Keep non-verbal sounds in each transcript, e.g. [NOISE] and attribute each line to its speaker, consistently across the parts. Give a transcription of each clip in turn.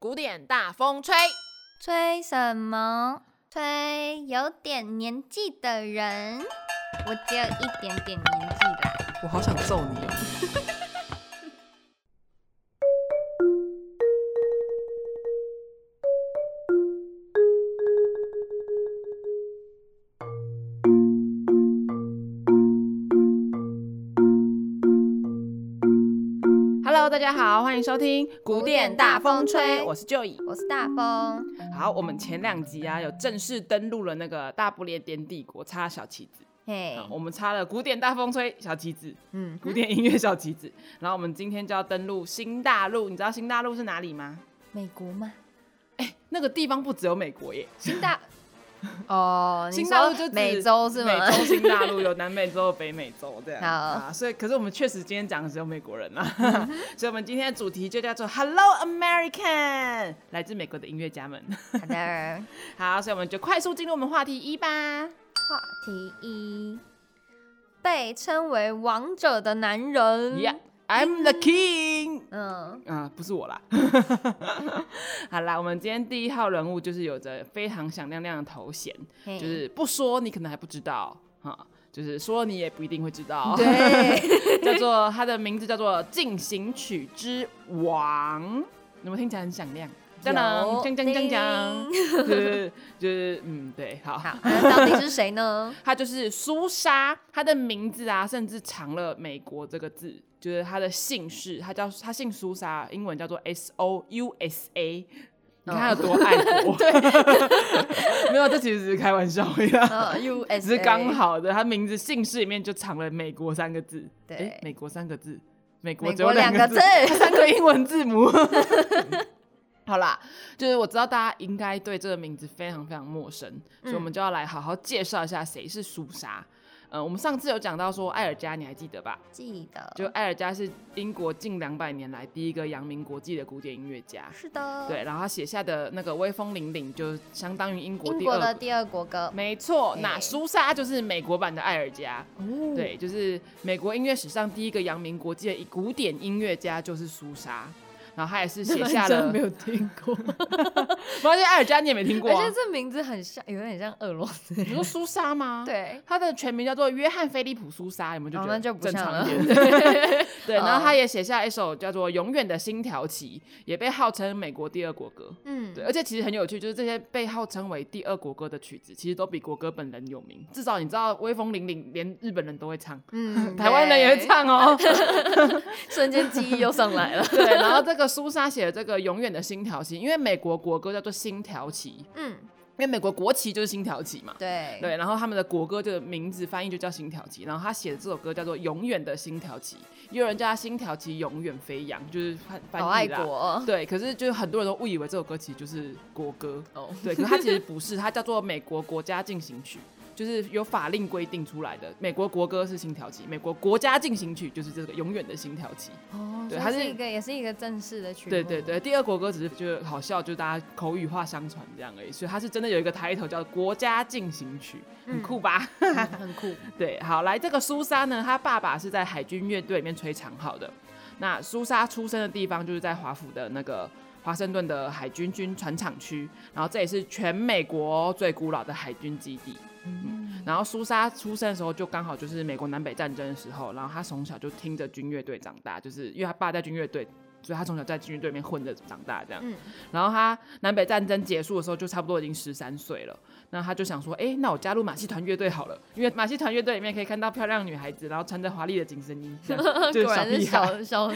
Speaker 1: 古典大风吹，
Speaker 2: 吹什么？吹有点年纪的人。我只有一点点年纪啦。
Speaker 3: 我好想揍你哦！
Speaker 1: Hello，大家好，欢迎收听《古典大风吹》，我是 Joy。
Speaker 2: 我是大风，
Speaker 1: 好，我们前两集啊，有正式登录了那个大不列颠帝国，插小旗子。
Speaker 2: 嘿
Speaker 1: 好，我们插了古典大风吹小旗子，
Speaker 2: 嗯，
Speaker 1: 古典音乐小旗子。然后我们今天就要登陆新大陆，你知道新大陆是哪里吗？
Speaker 2: 美国吗？
Speaker 1: 那个地方不只有美国耶，
Speaker 2: 新大 [LAUGHS] 哦，你
Speaker 1: 新大陆
Speaker 2: 说
Speaker 1: 就指
Speaker 2: 美洲是吗
Speaker 1: 美？洲新大陆有南美洲、北美洲这样。
Speaker 2: 好
Speaker 1: 啊，所以可是我们确实今天讲的只有美国人啦， [LAUGHS] 所以我们今天的主题就叫做 “Hello American”，来自美国的音乐家们。 [LAUGHS]
Speaker 2: 好的，
Speaker 1: 好，所以我们就快速进入我们话题一
Speaker 2: 嗯
Speaker 1: 吧。
Speaker 2: 话题一，被称为王者的男人。
Speaker 1: Yeah, I'm the king。
Speaker 2: 嗯，
Speaker 1: 啊、不是我啦。 [LAUGHS] 好啦，我们今天第一号人物就是有着非常响亮亮的头衔，
Speaker 2: 嘿
Speaker 1: 就是不说你可能还不知道哈，就是说你也不一定会知道。
Speaker 2: [LAUGHS]
Speaker 1: [LAUGHS]
Speaker 2: 对，
Speaker 1: 叫做他的名字叫做《进行曲之王》，有没有听起来很响亮？
Speaker 2: 有
Speaker 1: 当当锵锵锵锵，
Speaker 2: 叮
Speaker 1: 就是就是嗯，对，好，
Speaker 2: 好，那到底是谁
Speaker 1: [LAUGHS]
Speaker 2: 呢？
Speaker 1: 他就是苏莎，他的名字啊，甚至藏了美国这个字，就是他的姓氏，他叫他姓苏莎，英文叫做 S O U S A。你看他有多爱国？对， [LAUGHS] 没有，这其实只是开玩笑而已啦。
Speaker 2: 呃，US
Speaker 1: 只是刚好的，他名字姓氏里面就藏了美国三个字，
Speaker 2: 对
Speaker 1: 诶美国三个字，美国
Speaker 2: 美
Speaker 1: 只有
Speaker 2: 国两
Speaker 1: 个
Speaker 2: 个
Speaker 1: 字
Speaker 2: 字，，
Speaker 1: 三个英文字
Speaker 2: [LAUGHS]
Speaker 1: 母。 [LAUGHS] 好啦，就是我知道大家应该对这个名字非常非常陌生，所以我们
Speaker 2: 嗯
Speaker 1: 就要来好好介绍一下谁是苏莎。呃，我们上次有讲到说爱尔加，你还记得吧？
Speaker 2: 记得
Speaker 1: 就爱尔加是英国近两百年来第一个扬名国际的古典音乐家，
Speaker 2: 是的，
Speaker 1: 对，，然后他写下的那个《威风凛凛》就相当于英国
Speaker 2: 英
Speaker 1: 第
Speaker 2: 国
Speaker 1: 二
Speaker 2: 的第二国歌，
Speaker 1: 没错，
Speaker 2: 对
Speaker 1: 那苏莎就是美国版的艾尔加，
Speaker 2: 哦嗯 [LAUGHS]
Speaker 1: 对，就是美国音乐史上第一个扬名国际的古典音乐家就是苏莎，然后他也是写下了，
Speaker 4: 有听
Speaker 1: [LAUGHS]
Speaker 4: 过，
Speaker 1: 而且艾尔加你也没听过、
Speaker 2: 而
Speaker 1: 啊
Speaker 2: 且，这名字很像，有点像俄罗斯。
Speaker 1: 你说苏莎吗？，
Speaker 2: [LAUGHS] 对，
Speaker 1: 他的全名叫做约翰·菲利普·苏莎，有没有就觉
Speaker 2: 哦
Speaker 1: 得
Speaker 2: 那就不
Speaker 1: 正
Speaker 2: 像
Speaker 1: 常
Speaker 2: 了
Speaker 1: 一点？ [LAUGHS]
Speaker 2: [LAUGHS]
Speaker 1: 对，然
Speaker 2: 哦
Speaker 1: 后他也写下一首叫做《永远的星条旗》，也被号称美国第二国歌。
Speaker 2: 嗯，
Speaker 1: 对，而且啊其实很有趣，就是这些被号称为第二国歌的曲子，其实都比国歌本人有名。至少你知道《威风凛凛》，连日本人都会唱，[LAUGHS]
Speaker 2: 嗯，
Speaker 1: 台湾人也会
Speaker 2: 对，
Speaker 1: 唱哦。
Speaker 2: 瞬间记忆又上来了。
Speaker 1: [LAUGHS] 对，然后这个苏莎写的这个《永远的星条旗》，因为美国国歌叫做星条旗，因
Speaker 2: [LAUGHS] 嗯，
Speaker 1: 为美国国旗就是星条旗嘛。
Speaker 2: 对，
Speaker 1: 对，然后他们的国歌的名字翻译就叫《星条旗》，然后他写的这首歌叫做《永远的星条旗》，也有人叫它《星条旗永远飞扬》，就是翻翻
Speaker 2: 好哦爱
Speaker 1: 译啦。
Speaker 2: 国。
Speaker 1: 对，可是就是很多人都误以为这首歌其实就是国歌，
Speaker 2: 哦， [LAUGHS]
Speaker 1: 对，可是它其实不是，它叫做美国国家进行曲，就是由法令规定出来的。美国国歌是星条旗，美国国家进行曲就是这个永远的星条旗。
Speaker 2: 哦，
Speaker 1: 对
Speaker 2: 所以
Speaker 1: 它是
Speaker 2: 是一个，也是一个正式的曲目。
Speaker 1: 对
Speaker 2: [LAUGHS]
Speaker 1: 对，对，第二国歌只是就是好笑，就是大家口语化相传这样而已。所以它是真的有一个 title 叫《国家进行曲》，很酷吧？ [LAUGHS]
Speaker 2: 很 [LAUGHS] 酷。
Speaker 1: 对，好来，这个苏莎呢，她爸爸是在海军乐队里面吹长号的。那苏莎出生的地方就是在华府的那个华盛顿的海军军船厂区，然后这也是全美国最古老的海军基地。嗯，然后苏莎出生的时候就刚好就是美国南北战争的时候，然后她从小就听着军乐队长大，就是因为她爸在军乐队，所以她从小在军乐队里面混着长大这样。
Speaker 2: 嗯
Speaker 1: 然后她南北战争结束的时候就差不多已经十三岁了，那他就想说，哎、那我加入马戏团乐队好了，因为马戏团乐队里面可以看到漂亮女孩子，然后穿着华丽的紧身衣，这
Speaker 2: [LAUGHS]
Speaker 1: 样就是
Speaker 2: 果然是
Speaker 1: 屁孩。
Speaker 2: 小小，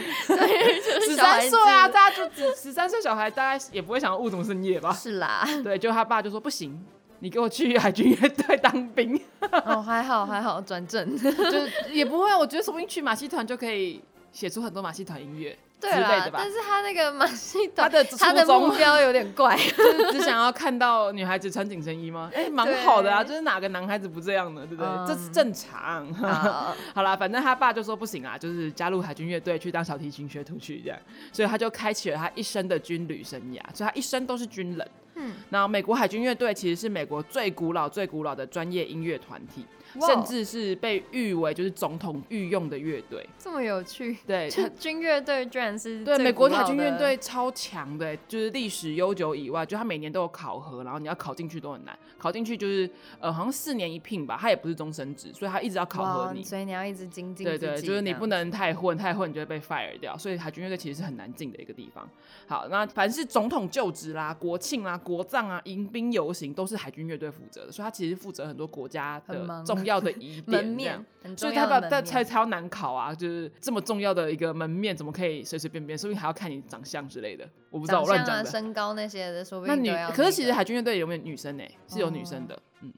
Speaker 1: [LAUGHS]
Speaker 2: 对，就是
Speaker 1: 十
Speaker 2: 小孩
Speaker 1: 三
Speaker 2: 子
Speaker 1: 岁啊，，大家就只十三岁小孩，大概也不会想要误中生 [LAUGHS] 夜吧？
Speaker 2: 是啦。
Speaker 1: 对，就他爸就说不行，你给我去海军乐队当兵，
Speaker 2: 哦，还好还好，转
Speaker 1: [LAUGHS]
Speaker 2: 正。
Speaker 1: 就是也不会，我觉得说不定去马戏团就可以写出很多马戏团音乐之
Speaker 2: 对
Speaker 1: 类
Speaker 2: 啦
Speaker 1: 的，吧
Speaker 2: 但。是他那个马戏
Speaker 1: 他
Speaker 2: 团，
Speaker 1: 的
Speaker 2: 他的
Speaker 1: 初衷
Speaker 2: 目标有点怪。
Speaker 1: 就是只想要看到女孩子穿紧身衣吗？哎、蛮好的啊，
Speaker 2: 对
Speaker 1: 就是哪个男孩子不这样呢？对不对？
Speaker 2: 嗯
Speaker 1: 这是正常。 [LAUGHS]
Speaker 2: 好
Speaker 1: 好啦，反正他爸就说不行啊，就是加入海军乐队去当小提琴学徒去这样，所以他就开启了他一生的军旅生涯，所以他一生都是军人。
Speaker 2: 嗯，
Speaker 1: 那美国海军乐队其实是美国最古老、最古老的专业音乐团体，
Speaker 2: 哇哦
Speaker 1: 甚至是被誉为就是总统御用的乐队。
Speaker 2: 这么有趣，
Speaker 1: 对，
Speaker 2: 就
Speaker 1: 它
Speaker 2: 军乐队居然是
Speaker 1: 对
Speaker 2: 最
Speaker 1: 美国
Speaker 2: 古
Speaker 1: 海
Speaker 2: 老
Speaker 1: 军
Speaker 2: 的
Speaker 1: 乐队超强的、就是历史悠久以外，就它每年都有考核，然后你要考进去都很难，考进去就是呃好像四年一聘吧，它也不是终身制，所以它一直要考核
Speaker 2: 哇
Speaker 1: 你。
Speaker 2: 所以你要一直精进
Speaker 1: 对
Speaker 2: 自
Speaker 1: 对，
Speaker 2: 己
Speaker 1: 就是你
Speaker 2: 这样
Speaker 1: 不能太混，太混你就会被 fire 掉。所以海军乐队其实是很难进的一个地方。好，那凡是总统就职啦、国庆啦、国葬啊、迎宾游行，都是海军乐队负责的，所以他其实负责很多国家
Speaker 2: 很
Speaker 1: 的
Speaker 2: 忙
Speaker 1: 重要
Speaker 2: [LAUGHS]
Speaker 1: 的疑
Speaker 2: 门
Speaker 1: 点这样
Speaker 2: 面。，很
Speaker 1: 所
Speaker 2: 重
Speaker 1: 以他
Speaker 2: 要
Speaker 1: 把
Speaker 2: 的
Speaker 1: 他
Speaker 2: 门
Speaker 1: 才
Speaker 2: 面。
Speaker 1: 才要难考啊，就是这么重要的一个门面，怎么可以随随便便？说不定还要看你长相之类的，我不知道，
Speaker 2: 长
Speaker 1: 我乱
Speaker 2: 相啊
Speaker 1: 讲的。
Speaker 2: 身高那些的，说不
Speaker 1: 那
Speaker 2: 定
Speaker 1: 女
Speaker 2: 都要，
Speaker 1: 可
Speaker 2: 那
Speaker 1: 是其
Speaker 2: 个
Speaker 1: 实海军乐队有没有女生呢、是有女生
Speaker 2: 哦
Speaker 1: 的，嗯，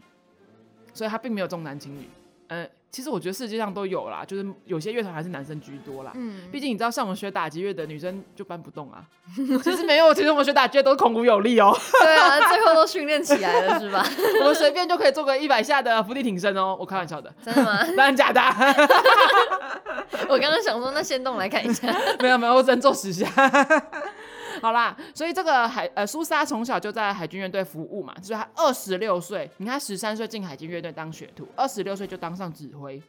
Speaker 1: 所以他并没有重男轻女。呃，其实我觉得世界上都有啦，就是有些乐团还是男生居多啦。
Speaker 2: 嗯
Speaker 1: 毕竟你知道，像我们学打击乐的女生就搬不动啊。 [LAUGHS] 其实没有，其实我们学打击乐都是孔骨有力哦， [LAUGHS]
Speaker 2: 对啊，最后都训练起来了是吧？
Speaker 1: 我们随便就可以做个一百下的伏地挺身哦。我开玩笑
Speaker 2: [LAUGHS]
Speaker 1: 的，
Speaker 2: 真的吗？
Speaker 1: 当然假的啊、
Speaker 2: 我刚刚想说，那先动来看一下。
Speaker 1: [LAUGHS] 没有没有，我只能做十下。 [LAUGHS] 好啦，所以这个海呃苏莎从小就在海军乐队服务嘛，所以她二十六岁，你看十三岁进海军乐队当学徒，二十六岁就当上指挥，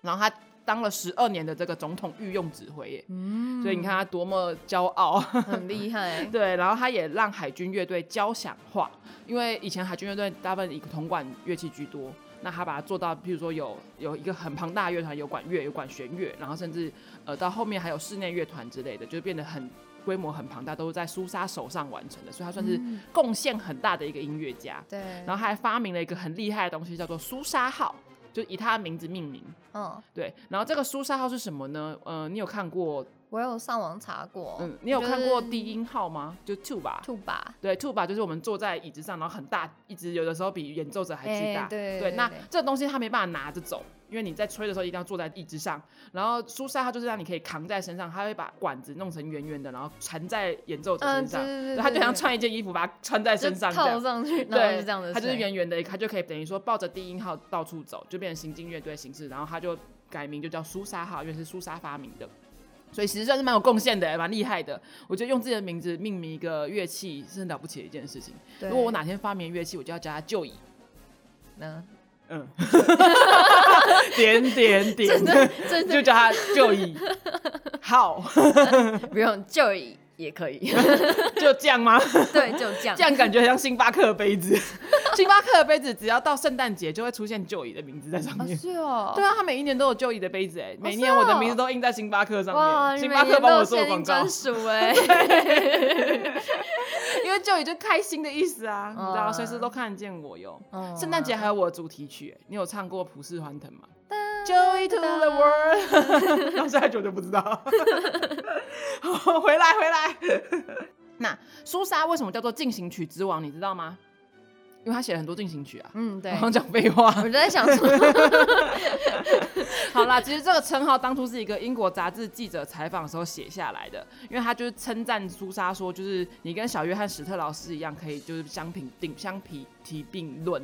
Speaker 1: 然后她当了十二年的这个总统御用指挥耶，
Speaker 2: 嗯
Speaker 1: 所以你看她多么骄傲。
Speaker 2: 很厉 [LAUGHS] 害。
Speaker 1: 对，然后她也让海军乐队交响化，因为以前海军乐队大部分以铜管乐器居多，那她把它做到，譬如说有有一个很庞大的乐团，有管乐，有管弦乐，然后甚至呃到后面还有室内乐团之类的，就变得很规模很庞大，都是在苏莎手上完成的，所以她算是贡献很大的一个音乐家。
Speaker 2: 对，
Speaker 1: 然后还发明了一个很厉害的东西，叫做苏莎号，就以她的名字命名。
Speaker 2: 嗯，
Speaker 1: 对，然后这个苏莎号是什么呢？呃，你有看过？
Speaker 2: 我有上网查过，
Speaker 1: 嗯，你有看过
Speaker 2: 就是
Speaker 1: 低音号吗？就 two 吧。
Speaker 2: 兔吧，
Speaker 1: 对，two 吧，就是我们坐在椅子上，然后很大，一直有的时候比演奏者还巨
Speaker 2: 哎
Speaker 1: 大。
Speaker 2: 对对
Speaker 1: 那
Speaker 2: 对
Speaker 1: 这个东西它没办法拿着走，因为你在吹的时候一定要坐在椅子上。然后苏莎它就是让你可以扛在身上，它会把管子弄成圆圆的，然后缠在演奏者身
Speaker 2: 嗯，对
Speaker 1: 上。
Speaker 2: 对对
Speaker 1: 对
Speaker 2: 对，
Speaker 1: 它就像
Speaker 2: 对
Speaker 1: 穿一件衣服把它穿在身上
Speaker 2: 就
Speaker 1: 这
Speaker 2: 套
Speaker 1: 样。[LAUGHS]
Speaker 2: 上去，然后
Speaker 1: 对，
Speaker 2: 就这样子吹，
Speaker 1: 它就是圆圆的，它就可以等于说抱着低音号到处走，就变成行进乐队形式，然后它就改名就叫苏莎号，因为是苏莎发明的。所以其实算是蛮有贡献的，蛮厉害的。我觉得用自己的名字命名一个乐器是很了不起的一件事情。
Speaker 2: 对。
Speaker 1: 如果我哪天发明乐器，我就要叫它就椅。
Speaker 2: 嗯， [LAUGHS]
Speaker 1: 嗯，点点
Speaker 2: 真的
Speaker 1: [LAUGHS] 点，
Speaker 2: 真
Speaker 1: 就
Speaker 2: 的
Speaker 1: 叫它就
Speaker 2: [LAUGHS]
Speaker 1: 椅。好，
Speaker 2: 不用就也可以，
Speaker 1: 就这样吗？ [LAUGHS]
Speaker 2: [LAUGHS] 对，就这样
Speaker 1: 这。样感觉像星巴克的杯子。 [LAUGHS] 星巴克的杯子只要到圣诞节就会出现就椅的名字在上
Speaker 2: 哦，
Speaker 1: 面。
Speaker 2: 是哦，
Speaker 1: [LAUGHS] 对啊，他每一年都有就椅的杯子哎，每
Speaker 2: 是
Speaker 1: 年我的
Speaker 2: 哦
Speaker 1: 名字都印在星巴克上
Speaker 2: 哇，
Speaker 1: 面，
Speaker 2: 你
Speaker 1: 星
Speaker 2: 每
Speaker 1: 巴克
Speaker 2: 年
Speaker 1: 帮
Speaker 2: 都
Speaker 1: 我
Speaker 2: 有
Speaker 1: 做
Speaker 2: 限
Speaker 1: 的
Speaker 2: 定
Speaker 1: 广告 [LAUGHS]
Speaker 2: 专，属哎，
Speaker 1: 因为就椅就开心的意思 [LAUGHS] 啊，你知道，
Speaker 2: 嗯
Speaker 1: 随时都看得见我哟。
Speaker 2: 嗯
Speaker 1: 哦圣诞
Speaker 2: [LAUGHS]
Speaker 1: 节还有我的主题曲哎，你有唱过《普世欢腾》吗？
Speaker 2: 哒
Speaker 1: Joy to
Speaker 2: 哒
Speaker 1: the world，到现 [LAUGHS] 在久就不知道。 [LAUGHS] 好，回来回来。那苏莎为什么叫做进行曲之王？你知道吗？因为她写了很多进行曲啊。
Speaker 2: 嗯，对
Speaker 1: [LAUGHS] 好，像讲废话。
Speaker 2: 我就在想
Speaker 1: [LAUGHS]
Speaker 2: 说，
Speaker 1: 好啦，其实这个称号当初是一个英国杂志记者采访的时候写下来的，因为他就是称赞苏莎说，就是你跟小约翰史特劳斯一样，可以就是相平定相提提并
Speaker 2: [LAUGHS]
Speaker 1: 论，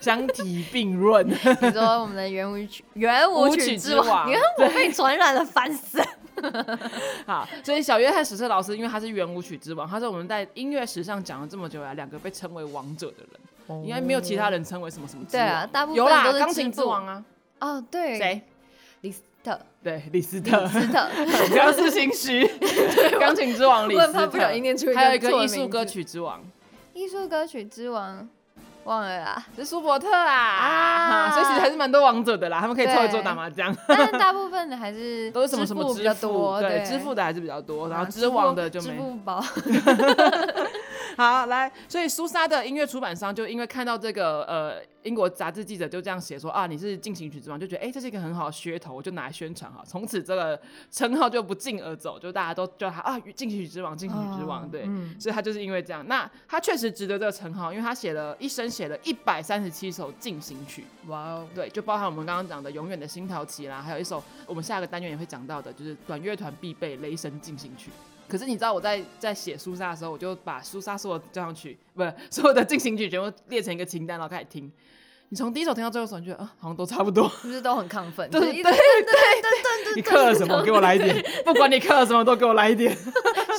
Speaker 1: 相提并论。
Speaker 2: 你说我们的圆舞曲圆舞
Speaker 1: 舞
Speaker 2: 曲
Speaker 1: 曲
Speaker 2: 之
Speaker 1: 之
Speaker 2: 王，
Speaker 1: 王
Speaker 2: 你看我被传染了，烦
Speaker 1: [LAUGHS]
Speaker 2: 死了。
Speaker 1: [LAUGHS] 好，所以小约翰史特劳斯，因为他是圆舞曲之王，他是我们在音乐史上讲了这么久以来啊两个被称为王者的人，应该没有其他人称为什么什么之
Speaker 2: 哦对
Speaker 1: 王。
Speaker 2: 啊，大部分
Speaker 1: 有啦
Speaker 2: 都，是
Speaker 1: 钢琴
Speaker 2: 织
Speaker 1: 之
Speaker 2: 布
Speaker 1: 王啊，
Speaker 2: 哦，对，？
Speaker 1: 谁？
Speaker 2: 李斯特，
Speaker 1: 对，李斯特，
Speaker 2: [LAUGHS] 斯特，
Speaker 1: 不要自心虚。钢琴之 [LAUGHS] 王李
Speaker 2: 我
Speaker 1: 斯
Speaker 2: 很怕
Speaker 1: 特，
Speaker 2: 不小心念出一
Speaker 1: 还有一
Speaker 2: 个
Speaker 1: 个
Speaker 2: 错
Speaker 1: 艺
Speaker 2: 的
Speaker 1: 术
Speaker 2: 名
Speaker 1: 歌
Speaker 2: 字
Speaker 1: 曲之王
Speaker 2: 艺术歌曲之王，忘了
Speaker 1: [LAUGHS]
Speaker 2: 啦。
Speaker 1: 是舒伯特啊，
Speaker 2: 啊
Speaker 1: 啊所以其实还是蛮多王者的啦，他们可以凑一
Speaker 2: 对
Speaker 1: 桌打麻将。
Speaker 2: 但是大部分的还
Speaker 1: [LAUGHS]
Speaker 2: 是
Speaker 1: 都是什么什么
Speaker 2: 支付比较多，
Speaker 1: 对
Speaker 2: 对，
Speaker 1: 支付的还是比较多，
Speaker 2: 啊，
Speaker 1: 然后知网的就
Speaker 2: 支
Speaker 1: 没
Speaker 2: 付
Speaker 1: [LAUGHS]
Speaker 2: 宝， [LAUGHS]
Speaker 1: 好，来，所以苏莎的音乐出版商就因为看到这个呃英国杂志记者就这样写说啊你是进行曲之王，就觉得哎、这是一个很好的噱头，我就拿来宣传哈。从此这个称号就不胫而走，就大家都叫他啊进行曲之王，进行曲之王，
Speaker 2: 哦
Speaker 1: 对。
Speaker 2: 嗯
Speaker 1: 所以他就是因为这样，那他确实值得这个称号，因为他写了一生写了一百三十七首进行曲，
Speaker 2: 哇哦，
Speaker 1: 对，就包含我们刚刚讲的《永远的新桃旗》啦，还有一首我们下个单元也会讲到的，就是管乐团必备《雷神进行曲》。可是你知道我在在写苏莎的时候，我就把苏莎所有的交响曲，不 [LAUGHS] 是所有的进行曲全部列成一个清单，然后开始听。你从第一首听到最后一首，你觉得啊，好像都差不多。
Speaker 2: 是不是都很亢奋？
Speaker 1: 对
Speaker 2: 就是一
Speaker 1: 对
Speaker 2: 直
Speaker 1: [LAUGHS] 对，你刻了什么？给我来一点，不管你刻了什么，都给我来一点。 [LAUGHS]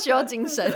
Speaker 2: [LAUGHS] 修精神。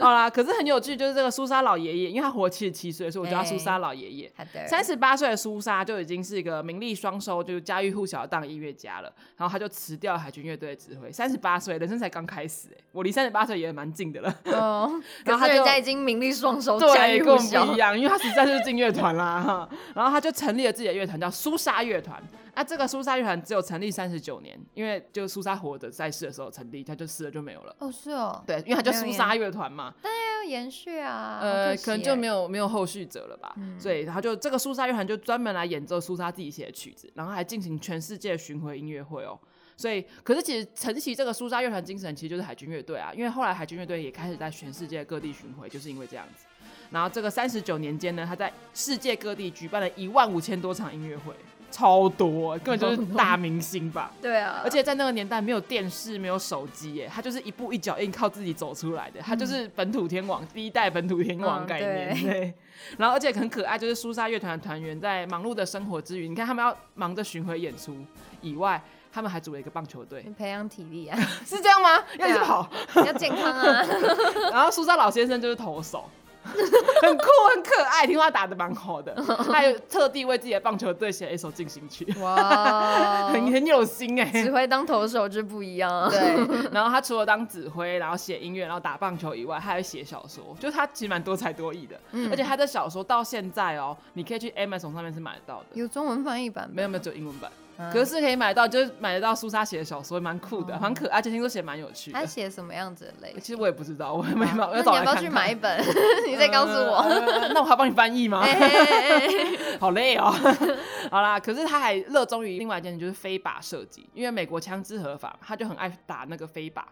Speaker 1: 好啦，可是很有趣，就是这个苏莎老爷爷，因为他活七十七岁，所以我叫他苏莎老爷爷。
Speaker 2: 好的，
Speaker 1: 三十八岁的苏莎就已经是一个名利双收，就是家喻户晓的当音乐家了。然后他就辞掉海军乐队的指挥，三十八岁，人生才刚开始、欸。我离三十八岁也蛮近的了。
Speaker 2: [LAUGHS] 哦，
Speaker 1: 然后
Speaker 2: 可
Speaker 1: 他
Speaker 2: 是人
Speaker 1: 就
Speaker 2: 家已经名利双收，家
Speaker 1: 对，
Speaker 2: 喻
Speaker 1: 跟我
Speaker 2: 户
Speaker 1: 们不
Speaker 2: 晓
Speaker 1: 一。样，因为他实在就是进乐团啦。 [LAUGHS] 哈然后他就成立了自己的乐团，叫苏莎乐团。啊，这个苏莎乐团只有成立三十九年，因为就苏莎活着在世的时候成立，他就死了就没有了。
Speaker 2: 哦，是哦，
Speaker 1: 对，因为他叫
Speaker 2: 没有
Speaker 1: 苏
Speaker 2: 延
Speaker 1: 莎乐团嘛，
Speaker 2: 还要延续啊，
Speaker 1: 呃，可嗯能就没
Speaker 2: 有。
Speaker 1: 有没有后续者了吧。所以他就这个苏莎乐团就专门来演奏苏莎自己写的曲子，然后还进行全世界的巡回音乐会哦。所以，可是其实承袭这个苏莎乐团精神，其实就是海军乐队啊，因为后来海军乐队也开始在全世界各地巡回，就是因为这样子。然后这个三十九年间呢，他在世界各地举办了一万五千多场音乐会，超多，欸根本就是大明星吧。
Speaker 2: 对啊，
Speaker 1: 而且在那个年代没有电视，没有手机，耶，他就是一步一脚印靠自己走出来的，他就是本土天王，第一代本土天王
Speaker 2: 嗯
Speaker 1: 概念。
Speaker 2: 对
Speaker 1: 对，然后而且很可爱，就是苏莎乐团的团员在忙碌的生活之余，你看他们要忙着巡回演出以外，他们还组了一个棒球队
Speaker 2: 你，培养体力啊，
Speaker 1: 是这样吗？要一直
Speaker 2: 对啊
Speaker 1: 跑。
Speaker 2: [LAUGHS] 要健康啊。
Speaker 1: 然后苏莎老先生就是投手。很酷，很可爱，听说他打的蛮好的，他还有特地为自己的棒球队写了一首进行曲，
Speaker 2: [LAUGHS] 哇，
Speaker 1: [LAUGHS]
Speaker 2: 哦
Speaker 1: 很很有心哎、
Speaker 2: 指挥当投手就不一样啊。 [LAUGHS]
Speaker 1: 对，然后他除了当指挥，然后写音乐，然后打棒球以外，他还会写小说，就他其实蛮多才多艺的。
Speaker 2: 嗯
Speaker 1: 而且他的小说到现在哦，你可以去 Amazon 上面是买得到的。
Speaker 2: 有中文翻译版
Speaker 1: 没
Speaker 2: 本
Speaker 1: 有没有，只有英文版，
Speaker 2: 啊
Speaker 1: 可是可以买到，就是买得到苏莎写的小说，蛮酷的，蛮可爱，而且听说写蛮有趣
Speaker 2: 哦他
Speaker 1: 的。
Speaker 2: 写什么样子的类
Speaker 1: 其
Speaker 2: 型？
Speaker 1: 实我也不知道，我也没买，我
Speaker 2: 那
Speaker 1: 要
Speaker 2: 你
Speaker 1: 找
Speaker 2: 要
Speaker 1: 来
Speaker 2: 不要
Speaker 1: 看
Speaker 2: 去
Speaker 1: 看
Speaker 2: 买
Speaker 1: [LAUGHS]
Speaker 2: 一本？你再告诉我。
Speaker 1: 呃 [LAUGHS] 那我还帮你翻译吗？
Speaker 2: 哎哎哎
Speaker 1: [LAUGHS] 好累哦。好啦，可是他还热衷于另外一件事，就是飞靶射击，因为美国枪支合法，他就很爱打那个飞靶。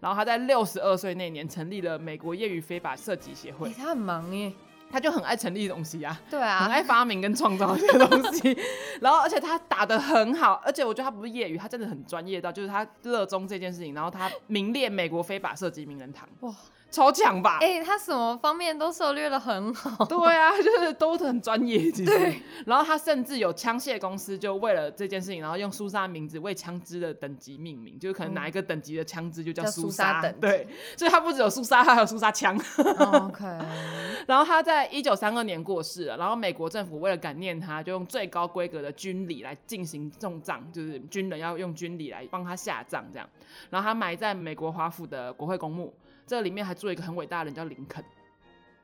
Speaker 1: 然后他在六十二岁那年成立了美国业余飞靶射击协
Speaker 2: [LAUGHS] 哎
Speaker 1: 会，
Speaker 2: 他很忙耶。
Speaker 1: 他就很爱成立东西啊。
Speaker 2: 对
Speaker 1: 很
Speaker 2: 啊，
Speaker 1: 爱发明跟创造这些东西，然后而且他打得很好，而且我觉得他不是业余，他真的很专业到，就是他热衷这件事情，然后他名列美国飞靶射击名人堂，
Speaker 2: 哇，
Speaker 1: 超强吧？
Speaker 2: 哎，他什么方面都涉略的很
Speaker 1: [LAUGHS]
Speaker 2: [LAUGHS] 好。
Speaker 1: 对啊，就是都很专业，其实。然后他甚至有枪械公司，就为了这件事情，然后用苏莎的名字为枪支的等级命名，就是可能哪一个等级的枪支就叫
Speaker 2: 嗯叫
Speaker 1: 苏
Speaker 2: 苏
Speaker 1: 莎。
Speaker 2: 莎等级
Speaker 1: 对，所以他不只有苏莎，他还有苏莎枪。
Speaker 2: 哦 OK，
Speaker 1: 然后他在一九三二年过世了，然后美国政府为了感念他，就用最高规格的军礼来进行送葬，就是军人要用军礼来帮他下葬这样。然后他埋在美国华府的国会公墓，这里面还住了一个很伟大的人叫林肯，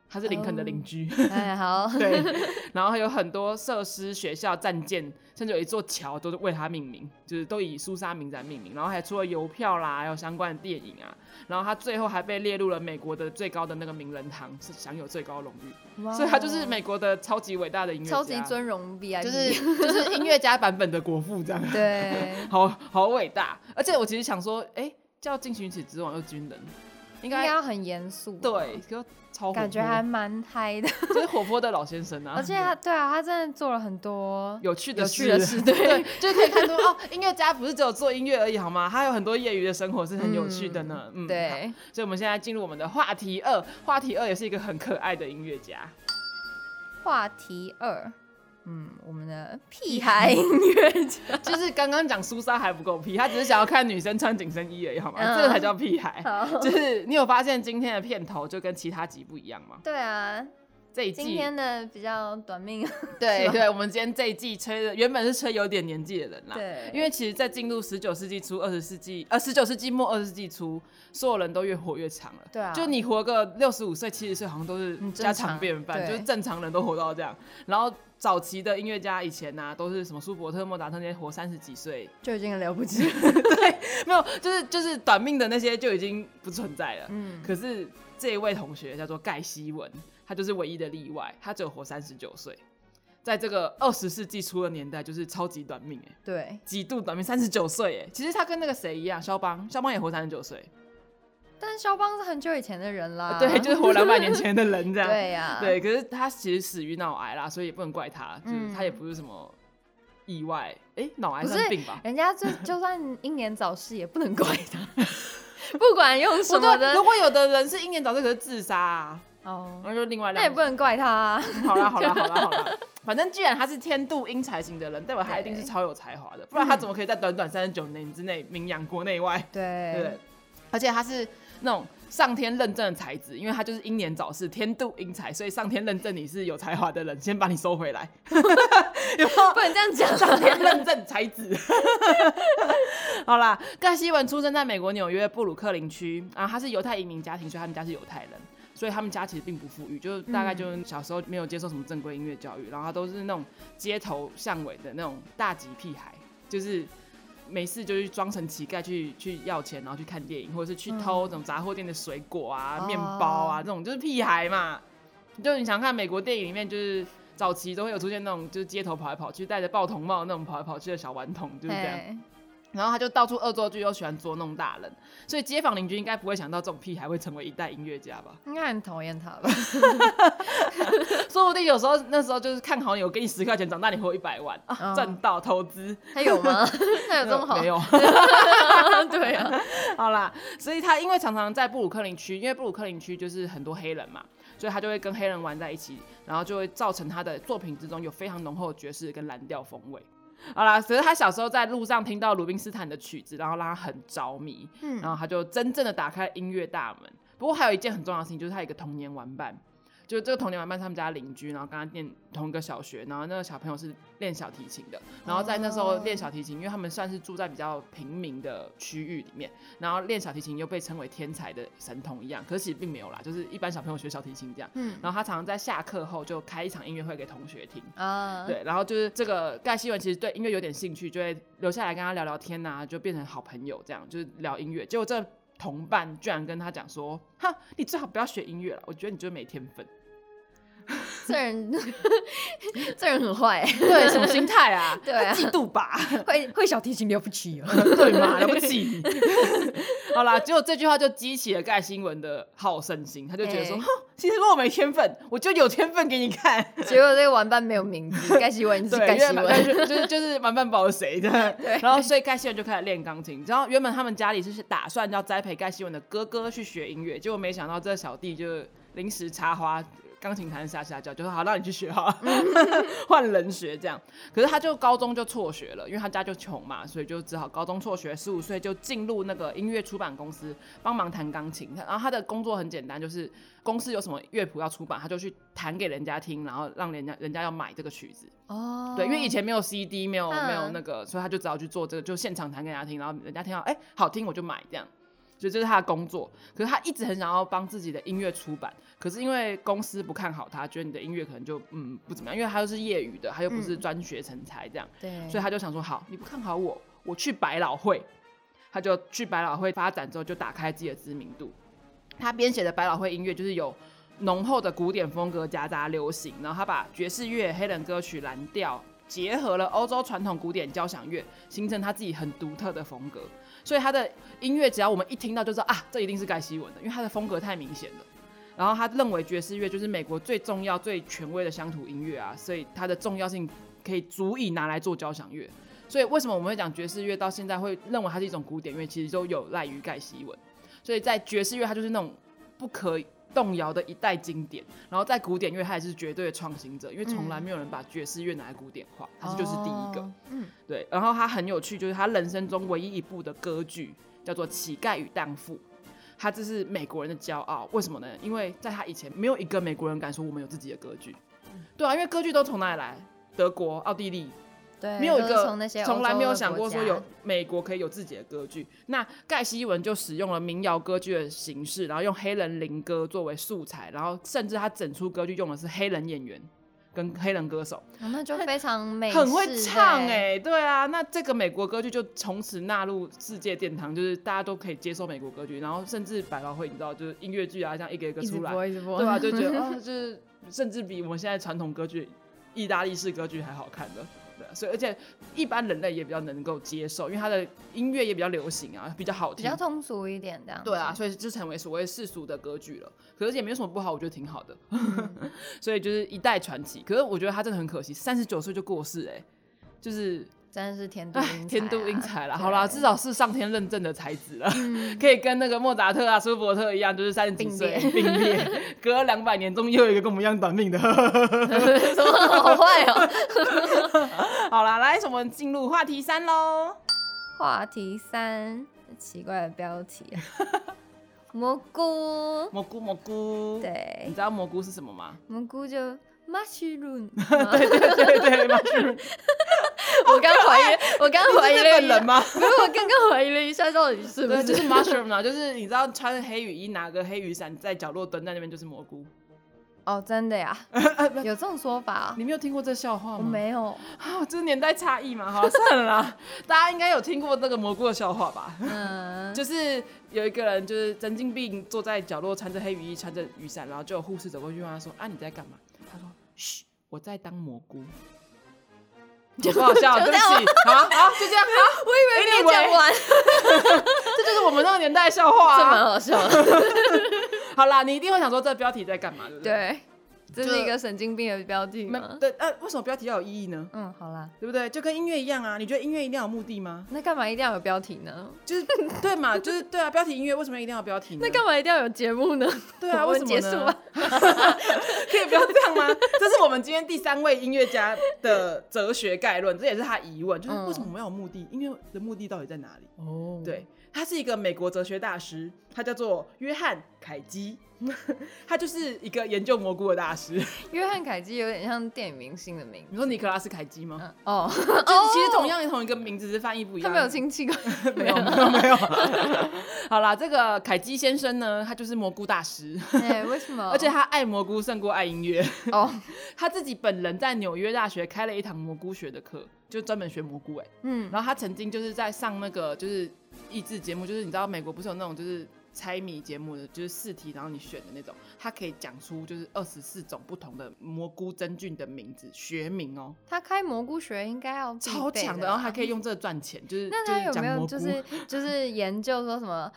Speaker 1: 他是林肯的
Speaker 2: 哦
Speaker 1: 邻居。
Speaker 2: 哎好，
Speaker 1: 对， [LAUGHS] 然后还有很多设施、学校、战舰，甚至有一座桥都是为他命名，就是都以苏莎名字来命名。然后还出了邮票啦，还有相关的电影啊。然后他最后还被列入了美国的最高的那个名人堂，是享有最高荣誉，
Speaker 2: 哇
Speaker 1: 所以他就是美国的超级伟大的音乐家，
Speaker 2: 超级尊荣 VIP，
Speaker 1: 就是就是音乐家版本的国父这样。
Speaker 2: [LAUGHS] 对，
Speaker 1: 好好伟大。而且我其实想说，哎、叫进行曲之王又军人，应
Speaker 2: 应
Speaker 1: 该
Speaker 2: 该要很严肃，
Speaker 1: 对，，就超活
Speaker 2: 感觉
Speaker 1: 泼
Speaker 2: 还蛮
Speaker 1: [LAUGHS]
Speaker 2: 嗨的。
Speaker 1: 就是活泼的老先生啊，
Speaker 2: 而且他对啊，他真的做了很多
Speaker 1: 有趣的
Speaker 2: 有趣的
Speaker 1: [LAUGHS]
Speaker 2: 事对
Speaker 1: 就是可以看出哦，音乐家不是只有做音乐而已，好吗？还有很多业余的生活是很有趣的呢。嗯，好。
Speaker 2: 对，
Speaker 1: 所以我们现在进入我们的话题二，话题二也是一个很可爱的音乐
Speaker 2: [LAUGHS]
Speaker 1: 家，
Speaker 2: 话题二，嗯，我们的
Speaker 1: [LAUGHS]
Speaker 2: 屁孩音乐家。
Speaker 1: 就是刚刚讲苏莎还不够屁，他只是想要看女生穿紧身衣而已，好吗？
Speaker 2: 嗯
Speaker 1: 这个才叫屁孩。 [LAUGHS]
Speaker 2: 好
Speaker 1: 就是你有发现今天的片头就跟其他集不一样吗？
Speaker 2: 对啊，
Speaker 1: 这一
Speaker 2: 今
Speaker 1: 季
Speaker 2: 天的比较短
Speaker 1: [LAUGHS]
Speaker 2: 命。
Speaker 1: 对
Speaker 2: 是吧
Speaker 1: 对，我们今天这一季吹的原本是吹有点年纪的人啦，
Speaker 2: 对
Speaker 1: 因为其实，在进入十九世纪初、二十世纪呃十九世纪末、二十世纪初，所有人都越活越长了。
Speaker 2: 对啊
Speaker 1: 就你活个六十五岁、七十岁，好像都是
Speaker 2: 很正
Speaker 1: 家常
Speaker 2: 常
Speaker 1: 便饭，
Speaker 2: 对
Speaker 1: 就是正常人都活到这样。然后早期的音乐家以前呐、都是什么舒伯特、莫扎特那些活三十几岁，
Speaker 2: 就已经很了不起了。
Speaker 1: [LAUGHS] 没有，就是就是短命的那些就已经不存在了。
Speaker 2: 嗯，
Speaker 1: 可是这一位同学叫做盖希文，他就是唯一的例外，他只有活三十九岁。在这个二十世纪初的年代，就是超级短命哎、
Speaker 2: [LAUGHS] 对，
Speaker 1: 极度短命，三十九岁哎。其实他跟那个谁一样，肖邦，肖邦也活三十九岁，
Speaker 2: 但是肖邦是很久以前的人啦。
Speaker 1: [LAUGHS] 对，就是活两百年前的人这样。
Speaker 2: 啊对啊呀、
Speaker 1: 对，可是他其实死于脑癌啦，所以也不能怪他，就是
Speaker 2: 嗯
Speaker 1: 他也不是什么意外，哎、脑癌
Speaker 2: 不
Speaker 1: 算
Speaker 2: 是
Speaker 1: 病吧？[LAUGHS]
Speaker 2: 人家就就算英年早逝也不能怪他，不管用什
Speaker 1: 不
Speaker 2: 么
Speaker 1: 对，
Speaker 2: 的
Speaker 1: 如果有的人是英年早逝，可是自杀、啊，
Speaker 2: 哦，
Speaker 1: 那就另外
Speaker 2: 那
Speaker 1: 两
Speaker 2: 也不能怪他、啊。
Speaker 1: [LAUGHS] 好啦好啦好啦好 [LAUGHS] 啦，反正既然他是天妒英才型的人，代表他一定是
Speaker 2: 对
Speaker 1: 超有才华的，不然他怎么可以在短短三十九年之内名扬国内外？对不
Speaker 2: 对
Speaker 1: 对，而且他是那种上天认证的才子，因为他就是英年早逝，天妒英才，所以上天认证你是有才华的人，先把你收回来。有没有
Speaker 2: [LAUGHS] 不能这样
Speaker 1: [LAUGHS]
Speaker 2: 讲。
Speaker 1: 上天认证才子。 [LAUGHS] 好啦，盖希文出生在美国纽约布鲁克林区，然后他是犹太移民家庭，所以他们家是犹太人，所以他们家其实并不富裕，就是大概就是小时候没有接受什么正规音乐教育，然后他都是那种街头巷尾的那种大级屁孩，就是。没事就去装成乞丐去去要钱，然后去看电影，或者是去偷那种杂货店的水果啊、
Speaker 2: 哦
Speaker 1: 面包啊，这种就是屁孩嘛。就你想看美国电影里面，就是早期都会有出现那种就是街头跑来跑去、戴着报童帽那种跑来跑去的小顽童，就是这样。
Speaker 2: 对，
Speaker 1: 然后他就到处恶作剧，又喜欢捉弄大人，所以街坊邻居应该不会想到这种屁孩会成为一代音乐家
Speaker 2: [LAUGHS]
Speaker 1: 吧？
Speaker 2: 应该很讨厌他吧？
Speaker 1: 说不定有时候那时候就是看好你，我给你十块钱，长大你会有一百万啊，
Speaker 2: 嗯
Speaker 1: 赚到投资。
Speaker 2: 他有
Speaker 1: [LAUGHS]
Speaker 2: 吗？他有这么好？
Speaker 1: 没有，
Speaker 2: [LAUGHS]
Speaker 1: [LAUGHS]
Speaker 2: 对啊，
Speaker 1: 好啦，所以他因为常常在布鲁克林区，因为布鲁克林区就是很多黑人嘛，所以他就会跟黑人玩在一起，然后就会造成他的作品之中有非常浓厚的爵士跟蓝调风味。好啦，只是他小时候在路上听到鲁宾斯坦的曲子，然后让他很着迷，
Speaker 2: 嗯
Speaker 1: 然后他就真正的打开音乐大门。不过还有一件很重要的事情，就是他有一个童年玩伴，就是这个童年玩伴是他们家邻居，然后跟他念同一个小学，然后那个小朋友是练小提琴的，然后在那时候
Speaker 2: 哦
Speaker 1: 练小提琴，因为他们算是住在比较平民的区域里面，然后练小提琴又被称为天才的神童一样，可是其实并没有啦，就是一般小朋友学小提琴这样。
Speaker 2: 嗯
Speaker 1: 然后他常常在下课后就开一场音乐会给同学听，
Speaker 2: 啊，
Speaker 1: 对，然后就是这个盖希文其实对音乐有点兴趣，就会留下来跟他聊聊天呐、就变成好朋友这样，就是聊音乐。结果这同伴居然跟他讲说：“哈，你最好不要学音乐了，我觉得你就是没天分。
Speaker 2: 这人 [LAUGHS] 这人很坏，”
Speaker 1: 对，什么心态啊？
Speaker 2: 对
Speaker 1: [LAUGHS]
Speaker 2: 啊
Speaker 1: 嫉妒吧？
Speaker 2: 会会小提琴了不起哦。
Speaker 1: [LAUGHS] 对嘛？了不起！好啦，结果这句话就激起了盖希文的好胜心，他就觉得说：“
Speaker 2: 哎
Speaker 1: 哼，其实我没天分，我就有天分给你看。”
Speaker 2: 结果这个玩伴没有名字，盖希文你是
Speaker 1: [LAUGHS] 对，
Speaker 2: 盖
Speaker 1: 因
Speaker 2: 希
Speaker 1: 为满
Speaker 2: 文，
Speaker 1: 就是就是就是满半宝谁的，
Speaker 2: [LAUGHS]
Speaker 1: 然后所以盖希文就开始练钢琴。然后原本他们家里是打算要栽培盖希文的哥哥去学音乐，结果没想到这小弟就临时插花，钢琴弹下下教，就说好让你去学
Speaker 2: [LAUGHS]
Speaker 1: 好了，换人学这样。可是他就高中就辍学了，因为他家就穷嘛，所以就只好高中辍学，十五岁就进入那个音乐出版公司帮忙弹钢琴。然后他的工作很简单，就是公司有什么乐谱要出版，他就去弹给人家听，然后让人家人家要买这个曲子。
Speaker 2: 哦
Speaker 1: [LAUGHS] 对，因为以前没有 CD，没有、
Speaker 2: 嗯
Speaker 1: 没有那个，所以他就只好去做这个，就现场弹给人家听，然后人家听到哎、好听我就买这样，所以这是他的工作。可是他一直很想要帮自己的音乐出版，可是因为公司不看好他，觉得你的音乐可能就嗯不怎么样，因为他又是业余的，他又不是
Speaker 2: 嗯
Speaker 1: 专学成才这样，
Speaker 2: 对，
Speaker 1: 所以他就想说好，你不看好我，我去百老汇。他就去百老汇发展之后，就打开自己的知名度。他编写的百老汇音乐就是有浓厚的古典风格夹杂流行，然后他把爵士乐、黑人歌曲、蓝调结合了欧洲传统古典交响乐，形成他自己很独特的风格。所以他的音乐只要我们一听到就知道啊，这一定是盖希文的，因为他的风格太明显了。然后他认为爵士乐就是美国最重要、最权威的乡土音乐啊，所以它的重要性可以足以拿来做交响乐。所以为什么我们会讲爵士乐到现在会认为它是一种古典乐，其实都有赖于盖希文。所以在爵士乐，它就是那种不可动摇的一代经典；然后在古典乐，它也是绝对的创新者，因为从来没有人把爵士乐拿来古典化，它就是第一个。
Speaker 2: 哦，嗯，
Speaker 1: 对，然后他很有趣，就是他人生中唯一一部的歌剧叫做《乞丐与荡妇》，他这是美国人的骄傲。为什么呢？因为在他以前，没有一个美国人敢说我们有自己的歌剧。
Speaker 2: 嗯
Speaker 1: 对啊，因为歌剧都从哪里来？德国、奥地利，
Speaker 2: 对，
Speaker 1: 没有一
Speaker 2: 都是
Speaker 1: 个
Speaker 2: 从那些欧洲
Speaker 1: 从来没有想过说
Speaker 2: 的国
Speaker 1: 有
Speaker 2: 家
Speaker 1: 美国可以有自己的歌剧。那盖希文就使用了民谣歌剧的形式，然后用黑人灵歌作为素材，然后甚至他整出歌剧用的是黑人演员跟黑人歌手。
Speaker 2: 哦那就非常美式欸，
Speaker 1: 很会唱哎、对啊，那这个美国歌剧就从此纳入世界殿堂，就是大家都可以接受美国歌剧，然后甚至百老汇，你知道，就是音乐剧啊，这样一个一个
Speaker 2: 一直
Speaker 1: 出来，
Speaker 2: 播一直播，
Speaker 1: 对啊，就觉得哦，就是甚至比我们现在传统歌剧、意大利式歌剧还好看的。对啊，所以而且一般人类也比较能够接受，因为它的音乐也比较流行啊，比较好
Speaker 2: [LAUGHS] 比
Speaker 1: 听
Speaker 2: 较。通俗一点这样子，
Speaker 1: 对啊，所以就成为所谓世俗的歌剧了。可是也没有什么不好，我觉得挺好的。 [LAUGHS] 所以就是一代传奇。可是我觉得他真的很可惜，三十九岁就过世、哎，就是
Speaker 2: 真的是天妒
Speaker 1: 哎 [LAUGHS]
Speaker 2: 英才啊，
Speaker 1: 天妒英才了。
Speaker 2: 对
Speaker 1: 好啦，至少是上天认证的才子了，[LAUGHS]
Speaker 2: 嗯
Speaker 1: 可以跟那个莫扎特啊、舒伯特一样，就是三十几岁
Speaker 2: 并
Speaker 1: 并列，隔两百年中又有一个跟我们一样短命的。 [LAUGHS]
Speaker 2: 什么 [LAUGHS] 好坏哦。
Speaker 1: 好啦，来，我们进入话题三喽。 [LAUGHS]
Speaker 2: 话题三，奇怪的标题啊、蘑菇，
Speaker 1: 蘑菇，蘑菇。，你
Speaker 2: 对，
Speaker 1: 知道蘑菇是什么吗？
Speaker 2: 蘑菇就 mushroom。
Speaker 1: [LAUGHS] 对 [LAUGHS] 对对 [LAUGHS] 对，马俊仁
Speaker 2: 我刚怀疑， [LAUGHS] 我刚怀疑
Speaker 1: 日
Speaker 2: 了
Speaker 1: 本
Speaker 2: 一
Speaker 1: 人
Speaker 2: 下，
Speaker 1: 吗？
Speaker 2: 没有，我刚刚怀疑了一下，到底是不
Speaker 1: 对，就是是 mushroom 啊，就是你知道穿着黑雨衣，拿个黑雨伞，在角落蹲在那边就是蘑菇。
Speaker 2: 哦，真
Speaker 1: [LAUGHS]
Speaker 2: 的呀，有这种说法啊？
Speaker 1: 你没有听过这笑话吗？
Speaker 2: 我没有，
Speaker 1: 啊，这是年代差异嘛，好，算了啦，大家应该有听过这个蘑菇的笑话吧？
Speaker 2: 嗯，
Speaker 1: 就是有一个人就是神经病，坐在角落，穿着黑雨衣，穿着雨伞，然后就有护士走过去问他说：“啊，你在干嘛？”他说：“嘘，我在当蘑菇。”不好 [LAUGHS] 笑，啊对不起，好好，就这样，好，我以
Speaker 2: 没讲完， [LAUGHS]
Speaker 1: 这就是我们那个年代的笑话、
Speaker 2: 这蛮
Speaker 1: 啊。
Speaker 2: 好笑
Speaker 1: [LAUGHS]
Speaker 2: 的。
Speaker 1: 好啦，你一定会想说这个标题在干嘛，对不对？
Speaker 2: 对，这
Speaker 1: 就是
Speaker 2: 一个神经病的标题
Speaker 1: 没
Speaker 2: 吗？
Speaker 1: 对，呃，为什么标题要有意义呢？
Speaker 2: 嗯，好啦，
Speaker 1: 对不对？就跟音乐一样啊，你觉得音乐一定要有目的吗？
Speaker 2: 那干嘛一定要有标题呢？
Speaker 1: 就是 [LAUGHS] 对嘛，就是对啊，标题音乐为什么一定要标题呢？
Speaker 2: 那干嘛一定要有节目呢？
Speaker 1: 对
Speaker 2: [LAUGHS]
Speaker 1: 啊，
Speaker 2: 我
Speaker 1: 为
Speaker 2: 们
Speaker 1: 什么
Speaker 2: 结束
Speaker 1: 呢
Speaker 2: 吧。
Speaker 1: [LAUGHS] 可以不要这样吗？这是我们今天第三位音乐家的哲学概论，这也是他疑问，就是
Speaker 2: 嗯
Speaker 1: 为什么我们要有目的？音乐的目的到底在哪里？
Speaker 2: 哦，
Speaker 1: 对，他是一个美国哲学大师，他叫做约翰凯基， [LAUGHS] 他就是一个研究蘑菇的大师。
Speaker 2: 约翰凯基有点像电影明星的名
Speaker 1: 你
Speaker 2: 字。
Speaker 1: 说尼克拉斯凯基吗？
Speaker 2: 嗯，哦，
Speaker 1: 就是其实同样同一个名字，只是翻译不一
Speaker 2: 他
Speaker 1: 样。
Speaker 2: 没有亲
Speaker 1: [LAUGHS]
Speaker 2: 戚关系，
Speaker 1: 没有，没有，没
Speaker 2: [LAUGHS]
Speaker 1: 有。好啦，这个凯基先生呢，他就是蘑菇大师，
Speaker 2: 哎，为什么？
Speaker 1: 而且他爱蘑菇胜过爱音乐。 [LAUGHS]
Speaker 2: 哦，
Speaker 1: 他自己本人在纽约大学开了一堂蘑菇学的课，就专门学蘑菇哎、
Speaker 2: 嗯，
Speaker 1: 然后他曾经就是在上那个就是益智节目，就是你知道美国不是有那种就是猜谜节目的，就是四题然后你选的那种，他可以讲出就是二十四种不同的蘑菇真菌的名字学名哦、
Speaker 2: 他开蘑菇学应该要必
Speaker 1: 超
Speaker 2: 备
Speaker 1: 强的，啊
Speaker 2: 的，啊
Speaker 1: 然后还。可以用这个赚钱，就是
Speaker 2: 那
Speaker 1: 就
Speaker 2: 他
Speaker 1: 是
Speaker 2: 有
Speaker 1: 讲
Speaker 2: 没有
Speaker 1: 蘑
Speaker 2: 就
Speaker 1: 菇。
Speaker 2: 是就是研究说什么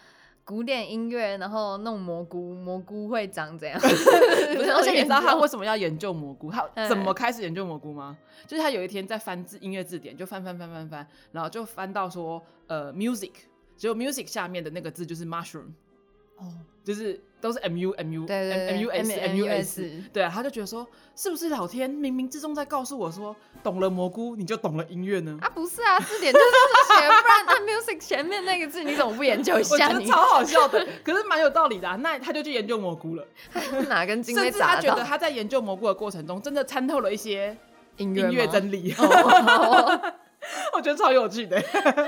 Speaker 2: 古典音乐，然后弄蘑菇，蘑菇会
Speaker 1: [LAUGHS]
Speaker 2: 长怎样？
Speaker 1: 不
Speaker 2: [LAUGHS] 不
Speaker 1: 是，而且你知道他为什么要研究蘑菇？他
Speaker 2: 嗯
Speaker 1: 怎么开始研究蘑菇吗？就是他有一天在翻字音乐字典，就翻翻翻翻翻，然后就翻到说呃 music，结果 music 下面的那个字就是 mushroom，
Speaker 2: 哦，
Speaker 1: 就是都是 m u m u
Speaker 2: 对对对
Speaker 1: m u s
Speaker 2: M-
Speaker 1: m u s，
Speaker 2: MUS
Speaker 1: 对啊，他就觉得说是不是老天冥冥之中在告诉我说，懂了蘑菇你就懂了音乐
Speaker 2: [LAUGHS]
Speaker 1: 呢？
Speaker 2: 啊，不是啊，字典就是这些，不然那 music 前面那个字你怎么不研究
Speaker 1: 我
Speaker 2: 一
Speaker 1: 觉
Speaker 2: 下？
Speaker 1: 得
Speaker 2: 你
Speaker 1: 超好笑的，可是蛮有道理的啊、那他就去研究蘑菇了，
Speaker 2: 哪根筋被
Speaker 1: 甚至他
Speaker 2: 砸
Speaker 1: 觉
Speaker 2: 到
Speaker 1: 得？他在研究蘑菇的过程中，真的参透了一些
Speaker 2: 音
Speaker 1: 音乐
Speaker 2: 吗
Speaker 1: 真理。 [LAUGHS]
Speaker 2: 哦
Speaker 1: 我觉得超有趣的。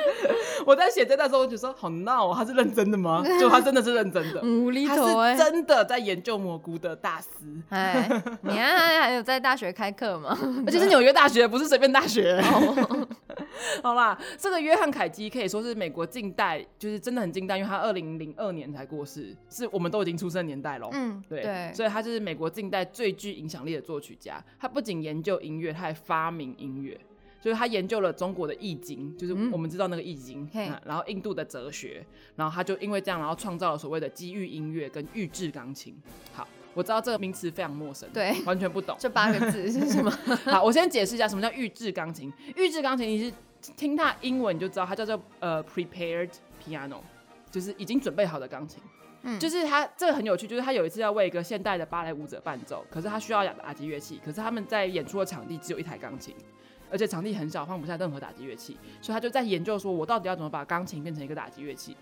Speaker 1: [LAUGHS] 我在写这段时候，我就说好闹、哦，他是认真的吗？就他真的是认真的，
Speaker 2: 无厘
Speaker 1: 他
Speaker 2: 头哎
Speaker 1: 是！真的在研究蘑菇的大师，
Speaker 2: 哎，你还还有在大学开课
Speaker 1: [LAUGHS]
Speaker 2: 吗？
Speaker 1: 而且是纽约大学，不是随便大学。
Speaker 2: 哦
Speaker 1: [LAUGHS]
Speaker 2: [LAUGHS]
Speaker 1: 好啦，这个约翰凯基可以说是美国近代，就是真的很近代，因为他二零零二年才过世，是我们都已经出生的年代喽。
Speaker 2: 嗯，
Speaker 1: 对，
Speaker 2: 对，
Speaker 1: 所以他就是美国近代最具影响力的作曲家。他不仅研究音乐，他还发明音乐。就是他研究了中国的易经，就是
Speaker 2: 嗯
Speaker 1: 我们知道那个易经，
Speaker 2: 嘿
Speaker 1: 啊然后印度的哲学，然后他就因为这样，然后创造了所谓的机遇音乐跟预制钢琴。好，我知道这个名词非常陌生，
Speaker 2: 对
Speaker 1: 完全不懂。
Speaker 2: 这八个字
Speaker 1: [LAUGHS]
Speaker 2: 是什么？
Speaker 1: 好，我先解释一下什么叫预制钢琴。预制钢琴你是听它英文你就知道，它叫做呃 prepared piano，就是已经准备好的钢琴。
Speaker 2: 嗯
Speaker 1: 就是他这个很有趣，就是他有一次要为一个现代的芭蕾舞者伴奏，可是他需要打击乐器，可是他们在演出的场地只有一台钢琴，而且场地很小，放不下任何打击乐器，所以他就在研究说，我到底要怎么把钢琴变成一个打击乐器。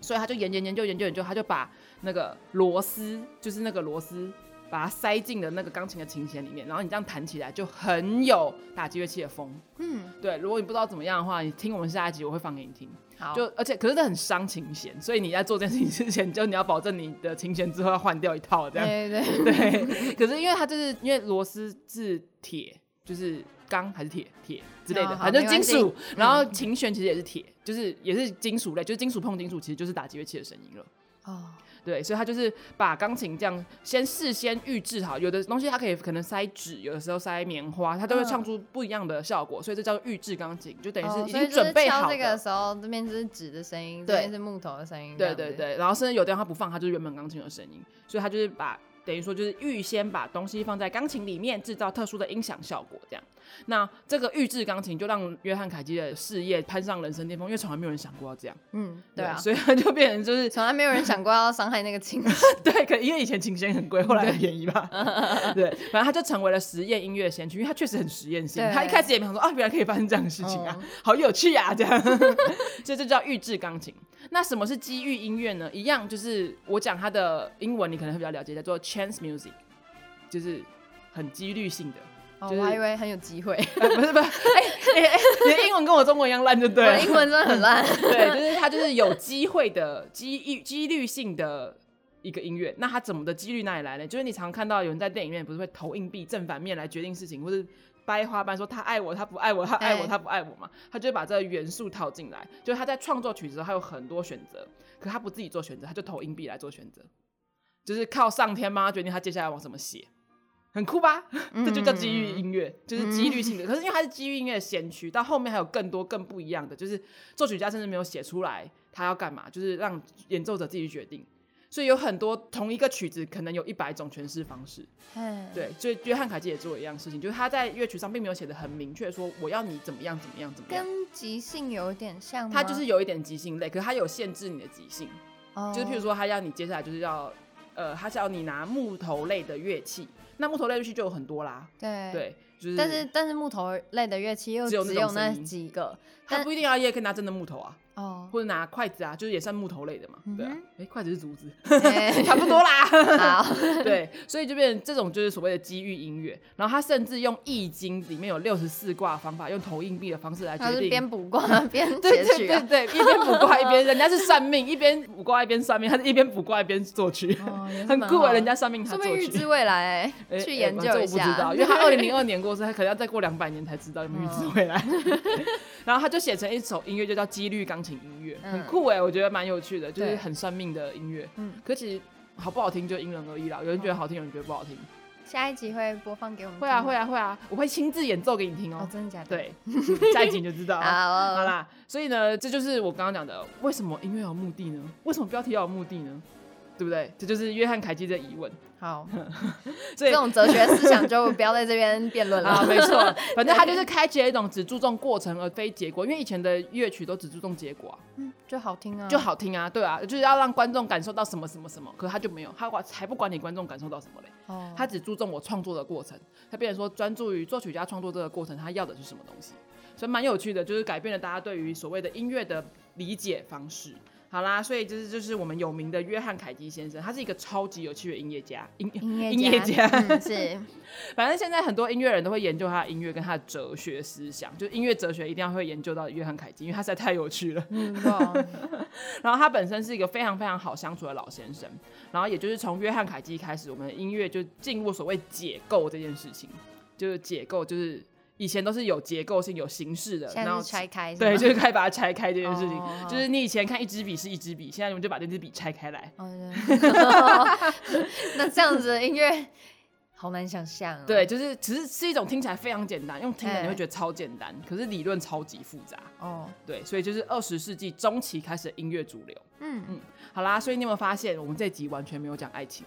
Speaker 1: 所以他就研研研究研究研究，他就把那个螺丝，就是那个螺丝，把它塞进了那个钢琴的琴弦里面，然后你这样弹起来就很有打击乐器的风。
Speaker 2: 嗯，
Speaker 1: 对，如果你不知道怎么样的话，你听我们下一集我会放给你听。
Speaker 2: 好，
Speaker 1: 就而且可是这很伤琴弦，所以你在做这件事情之前，就你要保证你的琴弦之后要换掉一套这样。
Speaker 2: 对对对，
Speaker 1: [LAUGHS] 对，可是因为它就是因为螺丝是铁，就是钢还是铁铁之类的，
Speaker 2: 哦好
Speaker 1: 反正
Speaker 2: 没
Speaker 1: 金
Speaker 2: 关系嗯
Speaker 1: 属。然后琴弦其实也是铁，就是也是金属类，就是金属碰金属，其实就是打击乐器的声音了。 [LAUGHS]
Speaker 2: 哦，
Speaker 1: 对，所以他就是把钢琴这样先事先预制好，有的东西它可以可能塞纸，有的时候塞棉花，它都会
Speaker 2: 嗯
Speaker 1: 唱出不一样的效果，所以这叫做预制钢琴，就等于
Speaker 2: 哦
Speaker 1: 是已
Speaker 2: 所以
Speaker 1: 经
Speaker 2: 就是
Speaker 1: 准备
Speaker 2: 敲
Speaker 1: 好
Speaker 2: 这个
Speaker 1: 的
Speaker 2: 的时候，这边就是纸的声音，这
Speaker 1: 对
Speaker 2: 边是木头的声音。
Speaker 1: 对
Speaker 2: 这样
Speaker 1: 对
Speaker 2: 子，
Speaker 1: 对，然后甚至有地方他不放，他就是原本钢琴的声音，所以他就是把等于说就是预先把东西放在钢琴里面，制造特殊的音响效果这样。那这个预制钢琴就让约翰凯基的事业攀上人生巅峰，因为从来没有人想过要这样，
Speaker 2: 嗯，对啊，
Speaker 1: 所以他就变成就是
Speaker 2: 从来没有人想过要伤害那
Speaker 1: [LAUGHS]
Speaker 2: 个亲人。
Speaker 1: 对，可因为以前琴弦很贵，后来很便宜吧， [LAUGHS] 对，反正他就成为了实验音乐先驱，因为他确实很实验性，
Speaker 2: 对
Speaker 1: 他一开 [LAUGHS] 始也没想说啊，原来可以发生这样的事情啊， [LAUGHS]
Speaker 2: 嗯
Speaker 1: 好有趣啊，这样，所以这叫预制钢琴。那什么是机遇音乐呢？一样就是我讲它的英文，你可能会比较了解，叫做 chance music，就是很几率性的。
Speaker 3: 哦，
Speaker 1: 就是
Speaker 3: 我还以为很有机
Speaker 1: [LAUGHS]
Speaker 3: 会，
Speaker 1: 呃不是不是，哎、哎哎你的英文跟我中文一样烂就对啊
Speaker 3: 我
Speaker 1: 了
Speaker 3: 的。英文真的很
Speaker 1: [LAUGHS]
Speaker 3: 烂。
Speaker 1: 对，就是它就是有机会的机遇几率性的一个音乐。那它怎么的几率哪里来呢？就是你常看到有人在电影院不是会投硬币正反面来决定事情，或是掰花瓣说他爱我，他不爱我，他爱我，
Speaker 3: 哎
Speaker 1: 他不爱我嘛？他就会把这个元素套进来。就是他在创作曲子的时候，他有很多选择，可他不自己做选择，他就投硬币来做选择，就是靠上天帮他决定他接下来往什么写。很酷吧？
Speaker 2: 嗯
Speaker 1: 这就叫机遇
Speaker 3: 嗯
Speaker 1: 音乐，就是几率性的。可是因为它是机遇音乐的先驱，到后面还有更多更不一样的，就是作曲家甚至没有写出来他要干嘛，就是让演奏者自己决定。所以有很多同一个曲子可能有一百种诠释方式。
Speaker 2: 哎
Speaker 3: 嗯，
Speaker 1: 对，所以约翰凯基也做了一样事情，就是他在乐曲上并没有写的很明确，说我要你怎么样怎么样怎么样。
Speaker 3: 跟即兴有点像吗，
Speaker 1: 他就是有一点即兴类，可是他有限制你的即兴。
Speaker 3: 哦，
Speaker 1: 就是譬如说，他要你接下来就是要，呃，他是要你拿木头类的乐器，那木头类乐器就有很多啦，
Speaker 3: 对，
Speaker 1: 对，就是，
Speaker 3: 但是但是木头类的乐器又
Speaker 1: 只有
Speaker 3: 哦
Speaker 1: 那
Speaker 3: 只
Speaker 1: 种
Speaker 3: 有那
Speaker 1: 声音
Speaker 3: 几个
Speaker 1: 他不一定要也可以拿真的木头啊，
Speaker 3: 哦，
Speaker 1: 或者拿筷子啊，就是也算木头类的嘛，对啊，
Speaker 3: 嗯
Speaker 1: 哎、筷子是竹
Speaker 3: [LAUGHS]
Speaker 1: 子，
Speaker 3: 哎
Speaker 1: 差不多啦， [LAUGHS]
Speaker 3: 好，
Speaker 1: 对，所以就变成这种就是所谓的机遇音乐，然后他甚至用《易经》里面有六十四卦的方法，用投硬币的方式来
Speaker 3: 他
Speaker 1: 决
Speaker 3: 是
Speaker 1: 定
Speaker 3: 边卜
Speaker 1: [LAUGHS]
Speaker 3: 卦边写
Speaker 1: 对对
Speaker 3: 曲
Speaker 1: 对
Speaker 3: 啊，
Speaker 1: 对，一边卜卦一边，人家是算命，一边卜卦一边算命，他是一边卜卦一边作曲， [LAUGHS]
Speaker 3: 哦也是
Speaker 1: 很
Speaker 3: 蛮
Speaker 1: 酷
Speaker 3: 好 [LAUGHS]
Speaker 1: 啊，人家算命他
Speaker 3: 说
Speaker 1: 作
Speaker 3: 不定
Speaker 1: 曲
Speaker 3: 日。之未来
Speaker 1: 欸
Speaker 3: 哎 [LAUGHS] 去
Speaker 1: 欸
Speaker 3: 研
Speaker 1: 反
Speaker 3: 究
Speaker 1: 正
Speaker 3: 一
Speaker 1: 我不知
Speaker 3: 下 [LAUGHS]
Speaker 1: 道，因，为他二零零二年过世，他可能要再过两百年才知道有没有预知
Speaker 3: 嗯
Speaker 1: 未来。 [LAUGHS] 然后他就写成一首音乐，就叫《几率钢琴音乐》，很
Speaker 3: 嗯
Speaker 1: 酷哎、我觉得蛮有趣的，就是
Speaker 3: 对
Speaker 1: 很算命的音乐。
Speaker 3: 嗯
Speaker 1: 可其实好不好听就因人而异啦，有人觉得好听，有人觉得不好听。
Speaker 3: 下一集会播放给我们，
Speaker 1: 会啊会，啊会啊，我会亲自演奏给你听
Speaker 3: 哦
Speaker 1: 哦，。
Speaker 3: 真的假的？，
Speaker 1: 对， [LAUGHS] 下一集你就知道。
Speaker 3: 好哦
Speaker 1: 好啦，所以呢，这就是我刚刚讲的，为什么音乐要有目的呢？为什么标题要有目的呢？对不对？这就是约翰凯基的疑问。
Speaker 3: 好，
Speaker 1: [LAUGHS] 所
Speaker 3: 这
Speaker 1: 以
Speaker 3: 种哲学思想就不要在这边辩论
Speaker 1: 啊，
Speaker 3: 了，
Speaker 1: 没 [LAUGHS] 错，反正他就是开启了一种只注重过程而非结果，因为以前的乐曲都只注重结果、啊，
Speaker 3: 嗯 [LAUGHS] 就好听啊，
Speaker 1: 就好听啊，对啊，就是要让观众感受到什么什么什么，可是他就没有，他管才不管你观众感受到什么嘞，
Speaker 3: 哦，
Speaker 1: 他只注重我创作的过程，他变成说专注于作曲家创作这个过程，他要的是什么东西，所以蛮有趣的，就是改变了大家对于所谓的音乐的理解方式。好啦，所以这是就是我们有名的约翰凯基先生，他是一个超级有趣的音乐家，音
Speaker 3: 音乐
Speaker 1: 音乐家
Speaker 3: 嗯是，
Speaker 1: 反正现在很多音乐人都会研究他的音乐跟他的哲学思想，就是音乐哲学一定要会研究到约翰凯基，因为他实在太有趣了。
Speaker 3: [LAUGHS]
Speaker 1: [LAUGHS]
Speaker 3: 嗯哇
Speaker 1: 然后他本身是一个非常非常好相处的老先生，然后也就是从约翰凯基开始，我们的音乐就进入所谓解构这件事情，就是解构就是。以前都是有结构性、有形式的，
Speaker 3: 现
Speaker 1: [LAUGHS] 然
Speaker 3: 在
Speaker 1: 后
Speaker 3: 是拆开是吗，
Speaker 1: 对，就是开始把它拆开这件事情，
Speaker 3: 哦
Speaker 1: 就是你以前看一支笔是一支笔，现在我们就把这支笔拆开来，
Speaker 3: 哦， [LAUGHS] 那这样子的音乐好难想象、哦。
Speaker 1: 对，，就是只是是一种听起来非常简单，用听起来你会
Speaker 3: 哎
Speaker 1: 觉得超简单，可是理论超级复杂。
Speaker 3: 哦，
Speaker 1: 对，所以就是二十世纪中期开始的音乐主流。
Speaker 3: 嗯，
Speaker 1: 好啦，所以你有没有发现，我们这集完全没有讲爱情，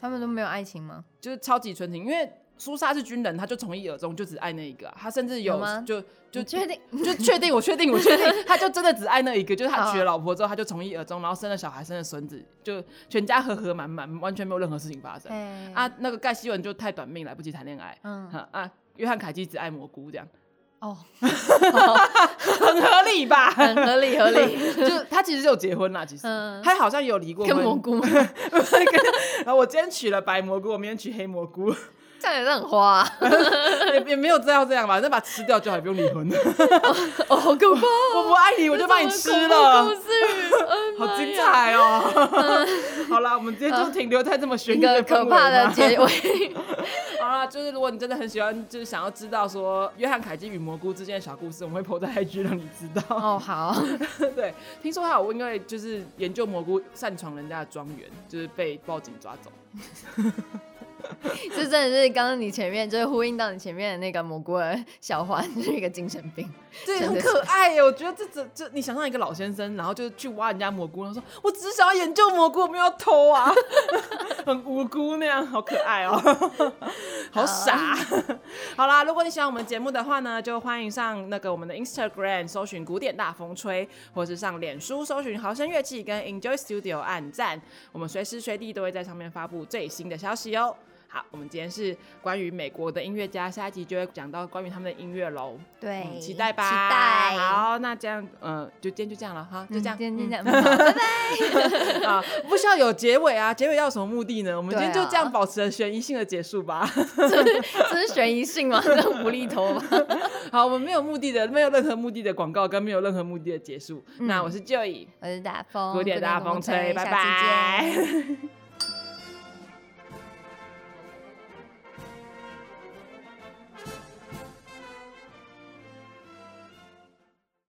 Speaker 3: 他们都没有爱情吗？
Speaker 1: 就是超级纯情，因为苏莎是军人，他就从一而终，就只爱那一个啊、他甚至有
Speaker 3: 有吗
Speaker 1: 就就
Speaker 3: 你确 [LAUGHS] 定？
Speaker 1: 就确定，我确定，我确定，他就真的只爱那一个，就是他
Speaker 3: 好
Speaker 1: 娶了老婆之后，他就从一而终，然后生了小孩，生了孙子，就全家和和满满，完全没有任何事情发生。
Speaker 3: 哎，
Speaker 1: 啊，那个盖希文就太短命，来不及谈恋爱。
Speaker 3: 嗯，
Speaker 1: 哈啊，约翰凯基只爱蘑菇，这样
Speaker 3: 哦，
Speaker 1: 很合理吧？
Speaker 3: 很合理，合理。
Speaker 1: [LAUGHS] 就是他其实有结婚啦，其实、
Speaker 3: 嗯
Speaker 1: 他好像有离过
Speaker 3: [LAUGHS]
Speaker 1: 婚
Speaker 3: 跟蘑菇吗，
Speaker 1: [LAUGHS] 然后我今天取了白蘑菇，我明天取黑蘑菇，
Speaker 3: [LAUGHS]
Speaker 1: [LAUGHS]
Speaker 3: 这样也是很花、啊。
Speaker 1: 也也没有这样这样吧，那把它吃掉就好，也不用离
Speaker 3: [LAUGHS]
Speaker 1: 婚。
Speaker 3: 哦，好恐 [LAUGHS] 怖！
Speaker 1: 我不爱你，我就把你吃了
Speaker 3: 故， [LAUGHS] 事，
Speaker 1: 好精彩哦！
Speaker 3: [LAUGHS]
Speaker 1: 好啦，我们今天就停留在这么悬
Speaker 3: 一
Speaker 1: 疑
Speaker 3: 个
Speaker 1: 的
Speaker 3: 可怕的
Speaker 1: 氛围吧
Speaker 3: 结尾。
Speaker 1: [LAUGHS] 好啦，就是如果你真的很喜欢，就是想要知道说约翰凯基与蘑菇之间的小故事，我们会 PO 在 IG 让你知道。
Speaker 3: [LAUGHS] 哦，好，
Speaker 1: [LAUGHS] 对，听说他有因为就是研究蘑菇擅闯人家的庄园，就是被报警抓走。
Speaker 3: [LAUGHS] 这真的是刚刚你前面就是呼应到你前面的那个蘑菇的小花，就是一个精神病。
Speaker 1: 对，
Speaker 3: 真
Speaker 1: 很
Speaker 3: 的
Speaker 1: 可爱耶！我觉得这这这，你想象一个老先生，然后就去挖人家蘑菇，然后说：“我只是想要研究蘑菇，我没有要偷啊， [LAUGHS] 很无辜那样，好可爱哦、 [LAUGHS] 好傻。
Speaker 3: 啊
Speaker 1: 好啦，如果你喜欢我们节目的话呢，就欢迎上那个我们的 Instagram 搜寻古典大风吹，或是上脸书搜寻豪声乐器跟 Enjoy Studio 按赞，我们随时随地都会在上面发布最新的消息哦、好，我们今天是关于美国的音乐家，下一集就会讲到关于他们的音乐喽。
Speaker 2: 对、
Speaker 3: 哎
Speaker 1: 嗯期待吧，
Speaker 2: 期待。
Speaker 1: 好，那这样，嗯、就今天就这样了哈，就这样，
Speaker 3: 今
Speaker 1: 嗯
Speaker 3: 天就这样，拜拜。
Speaker 1: [LAUGHS] 啊，不需要有结尾
Speaker 3: [LAUGHS]
Speaker 1: 啊，结尾要有什么目的呢？我们今天
Speaker 3: 对啊
Speaker 1: 就这样保持了悬疑性的结束吧。
Speaker 3: 啊 [LAUGHS] 这是悬疑性吗？ [LAUGHS] 这是无厘头吧？
Speaker 1: [LAUGHS] 好，我们没有目的的，没有任何目的的广告，跟没有任何目
Speaker 3: 嗯
Speaker 1: 的的结束。那我是 Joy，
Speaker 3: 哦我是大风，
Speaker 1: 古典大风吹，
Speaker 3: 下
Speaker 1: 拜
Speaker 3: 次见
Speaker 1: 拜。